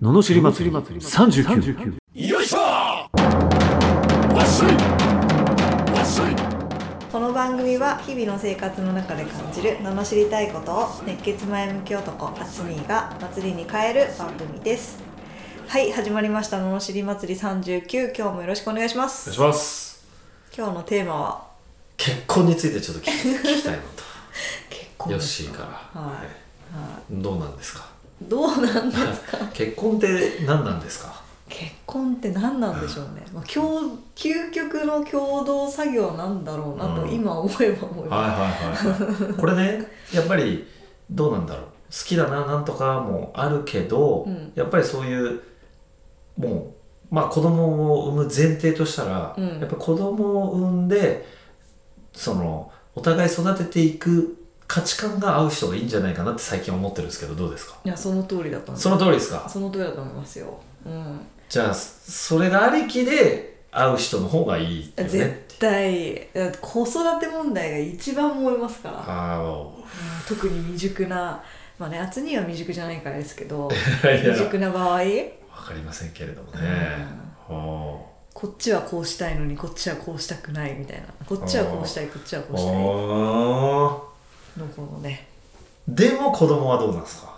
ののしり祭り39よいしょわっしょいわっしょいこの番組は日々の生活の中で感じる罵りたいことを熱血前向き男アツミーが祭りに変える番組ですはい始まりました罵り祭り39今日もよろしくお願いしまお願いすします今日のテーマは結婚についてちょっと聞き聞きたいな 結と婚ヨッですシーかから、はいいどうなんですかどうなんですか 結婚って何なんですか結婚って何なんでしょうね、まあ、共究極の共同作業なんだろうなとうん今思えば思いはいます、はいはい、はい、これねやっぱりどうなんだろう好きだななんとかもあるけど、うんやっぱりそういうもうまあ子供を産む前提としたら、うんやっぱ子供を産んでそのお互い育てていく価値観が合う人がいいんじゃないかなって最近思ってるんですけどどうですかいやその通りだと思いますその通りですかその通りだと思いますよ、うん、じゃあそれがありきで会う人の方がいいよね絶対だって子育て問題が一番燃えますから、うんあ特に未熟なまあね厚には未熟じゃないからですけどあ いや未わ熟な場合かりませんけれどもね、はあこっちはこうしたいのにこっちはこうしたくないみたいなこっちはこうしたいこっちはこうしたいのあこのねーでも子供はどうなんですか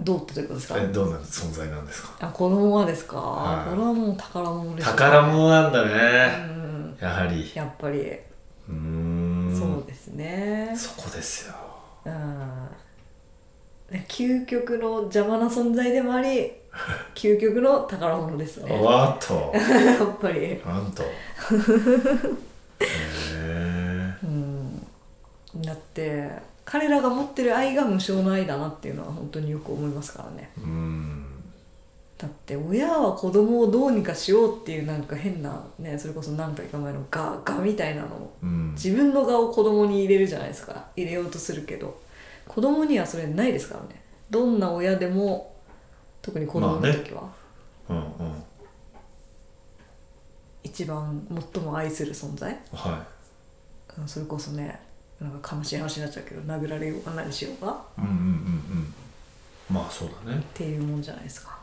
どうってどういうことですかえどうな存在なんですかあ子供はですか、はいこれはもう宝物です、宝物なんだうねんやはりやっぱり、うーんそうですねそこですようん究極の邪魔な存在でもあり究極の宝物です ねやわっ とっぱりなんとへえうんだって彼らが持ってる愛が無償の愛だなっていうのは本当によく思いますからねうーんだって親は子供をどうにかしようっていうなんか変なねそれこそ何回か前のガガみたいなのをうん自分の側を子供に入れるじゃないですか入れようとするけど子供にはそれないですからねどんな親でも特に子供の時は、うんうん一番最も愛する存在はうんそれこそねなんか悲しい話になっちゃうけど殴られようが何しようがっいうんうんうんうんまあそうだねていうもんじゃないですか、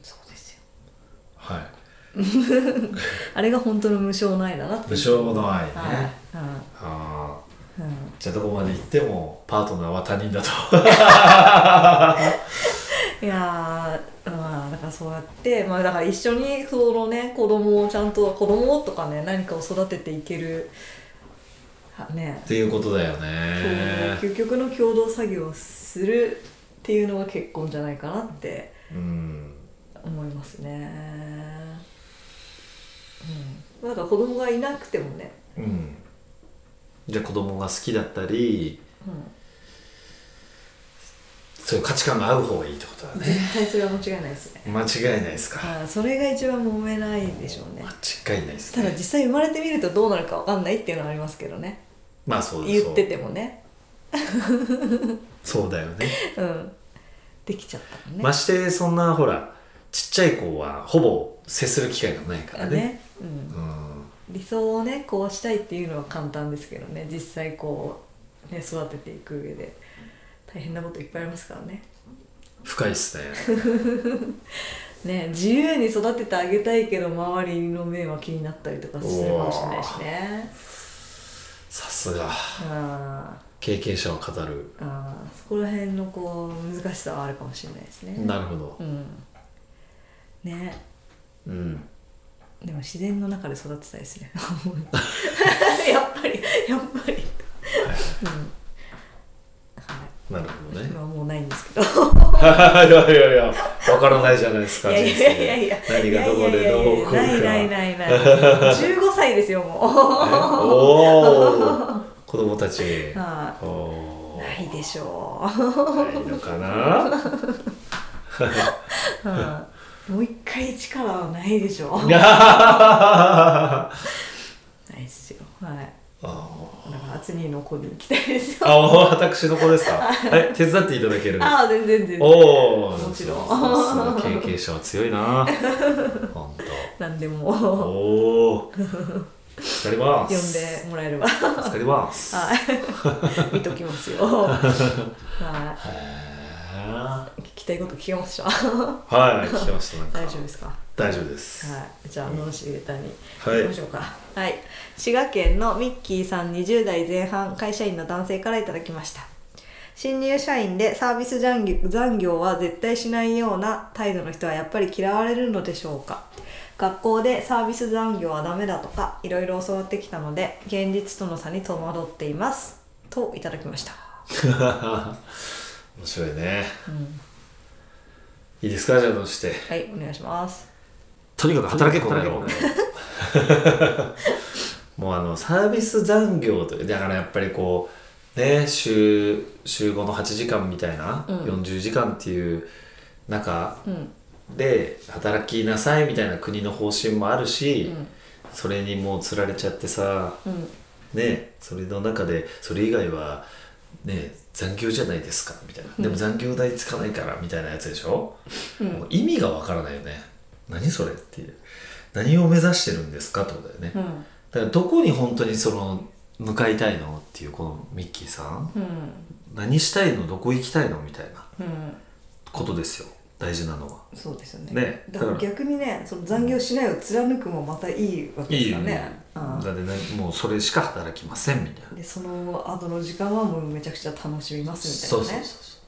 そうですよはいあれが本当の無償の愛だなって無償の愛ね、はい、ああうんうんじゃあどこまで行ってもパートナーは他人だ といやーまあだからそうやってまあだから一緒にそのね子供をちゃんと子供とかね何かを育てていけるはねっていうことだよ共ね究極の共同作業をするっていうのが結婚じゃないかなってうん思いますね。うん、なんか子供がいなくてもね、うんじゃあ子供が好きだったりうん、そういう価値観が合う方がいいってことだね絶対それは間違いないですね。間違いないですかあーそれが一番揉めないでしょうね。間違いないですただね実際生まれてみるとどうなるかわかんないっていうのはありますけどね。まあそうです言っててもね、そうそうだよねうん、できちゃったもんね。ましてそんなほらちっちゃい子はほぼ接する機会がないからねね、う、うんん理想をねこうしたいっていうのは簡単ですけどね、実際こうね育てていく上で大変なこといっぱいありますからね。深いっすね ね、自由に育ててあげたいけど周りの目は気になったりとかするかもしれないしねさすがあ経験者を語るーあーそこら辺のこう難しさはあるかもしれないですねなるほどうんねうんでも自然の中で育てたいですね やっぱりやっぱりうんなるほどはいね今はもうないんですけどはいいやいやいや、わからないじゃないですか、いや人いやいや生いや何がどこでどう来るか。いやいやいやいやないないないない15歳ですよもうおお、子供たち。はおおいー、ないでしょうないのかな。うんもう一回力はないでしょあないっすよはいーだから厚にの子に行きたいで すよあ、おー私の子ですか。はい、手伝っていただける。ああ全然全然おお、もちろんさすが経験者は強いな。本何 で当。もおお。助かりま呼んすでもらえれば助かりますはい 見ときますよはへーい聞きたいこと聞けましたはい聞きましたなんか 大丈夫ですかは大丈夫ですいじゃあ野々しげたにはい行きましょうかはい、滋賀県のミッキーさん20代前半会社員の男性からいただきました新入社員でサービス残業残業は絶対しないような態度の人はやっぱり嫌われるのでしょうか学校でサービス残業はダメだとかいろいろ教わってきたので現実との差に戸惑っていますといただきました、面白いねうん、いいですかじゃあどうしてはいお願いしますとにかく働けこの野郎もうあのサービス残業というだからやっぱりこうね週週5の8時間みたいな、うん40時間っていう中うんで働きなさいみたいな国の方針もあるうし、んそれにもうつられちゃってさうんねそれの中でそれ以外はね残業じゃないですかみたいな、うんでも残業代つかないからみたいなやつでしょ、うもんう意味がわからないよね何それっていう何を目指してるんですかってことだよね、うんだからどこに本当にその向かいたいのっていうこのミッキーさんうん何したいのどこ行きたいのみたいなうんことですよ大事なのはそうですよねねだからだから逆にねその残業しないを貫くもまたいいわけですよよねうんだってねもうそれしか働きませんみたいなでその後の時間はもうめちゃくちゃ楽しみますみたいそうなそねうそうそ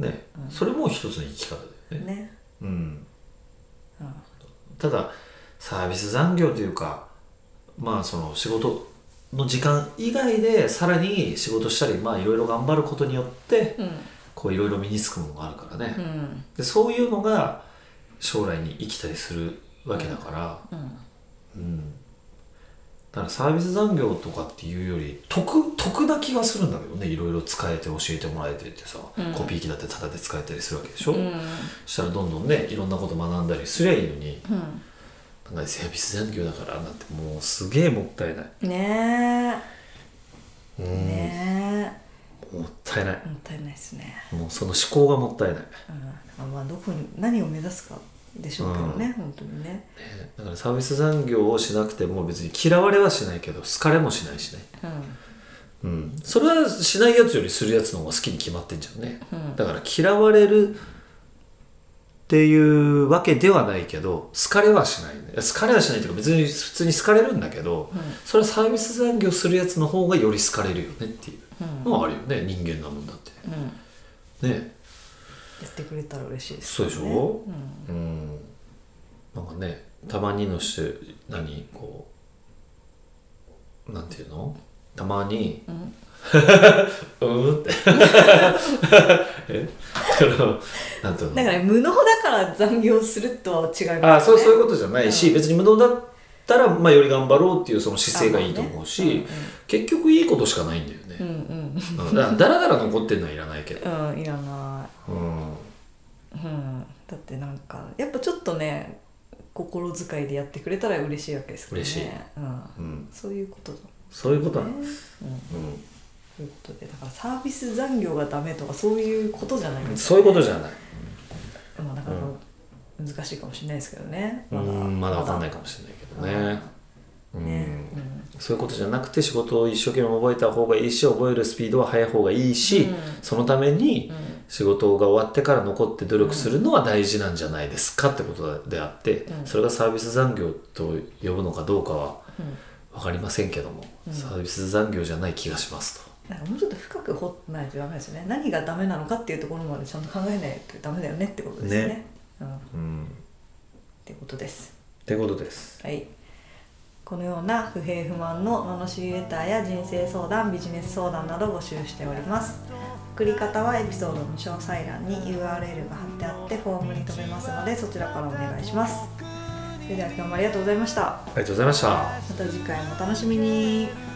うね、うんそれも一つの生き方だよねね、うんうんただサービス残業というかまあその仕事の時間以外でさらに仕事したりまあいろいろ頑張ることによってうこういろいろ身につくものがあるからね、んうんでそういうのが将来に生きたりするわけだから、うんうん、だからサービス残業とかっていうより得得な気がするんだけどねいろいろ使えて教えてもらえてってさ、うんコピー機だってタダで使えたりするわけでしょ、うんしたらどんどんねいろんなこと学んだりすりゃいいのにうんなんかサービス残業だからなんてもうすげえもったいない、ねうえんねもったいないえもったいないですね、もうその思考がもったいないうん、あまあどこに何を目指すかでしょうけどね、本当にね、ねだからサービス残業をしなくても別に嫌われはしないけど好かれもしないしねうんうん、それはしないやつよりするやつの方が好きに決まってんじゃんね、うんだから嫌われるっていうわけではないけど好かれはしないねいや好かれはしないっていうか別に普通に好かれるんだけど、うんそれはサービス残業するやつの方がより好かれるよねっていうのはあるよね人間なもんだってうん、やねってくれたら嬉しいですそうでしょうんうんなんかねたまにのして何こうなんていうのたまにうん うー んってえ そのなんていうのだからね無能だから残業するとは違いますよねあそうそういうことじゃないし、うん別に無能だったら、まあ、より頑張ろうっていうその姿勢がいいと思うし、結局いいことしかないんだようんね、うんうんだからだらだら残ってんのはいらないけど、うん、うん、いらなうん、い、うん、だってなんかやっぱちょっとね心遣いでやってくれたら嬉しいわけですからね嬉しい、うん、うん、そういうことだそういうことなねの、うん、ということでだからサービス残業がダメとかそういうことじゃないんですそういうことじゃないゃまあだから、難しいかもしれないですけどねうまだんまだ分かんないかもしれないけどね、うまんだねそういうことじゃなくて仕事を一生懸命覚えた方がいいし覚えるスピードは速い方がいいし、うんそのためにうんうん仕事が終わってから残って努力するのは大事なんじゃないですかってことであって、うんそれがサービス残業と呼ぶのかどうかはうん分かりませんけども、うんサービス残業じゃない気がしますと。なんかもうちょっと深く掘らないとダメですよね何がダメなのかっていうところまでちゃんと考えないとダメだよねってことですよねねうん、っうん、てことですってことです。はい、このような不平不満の罵りレターや人生相談ビジネス相談など募集しております送り方はエピソードの詳細欄に URL が貼ってあってフォームに飛べますのでそちらからお願いしますそれでは今日もありがとうございましたまありがとうございました。た次回もお楽しみに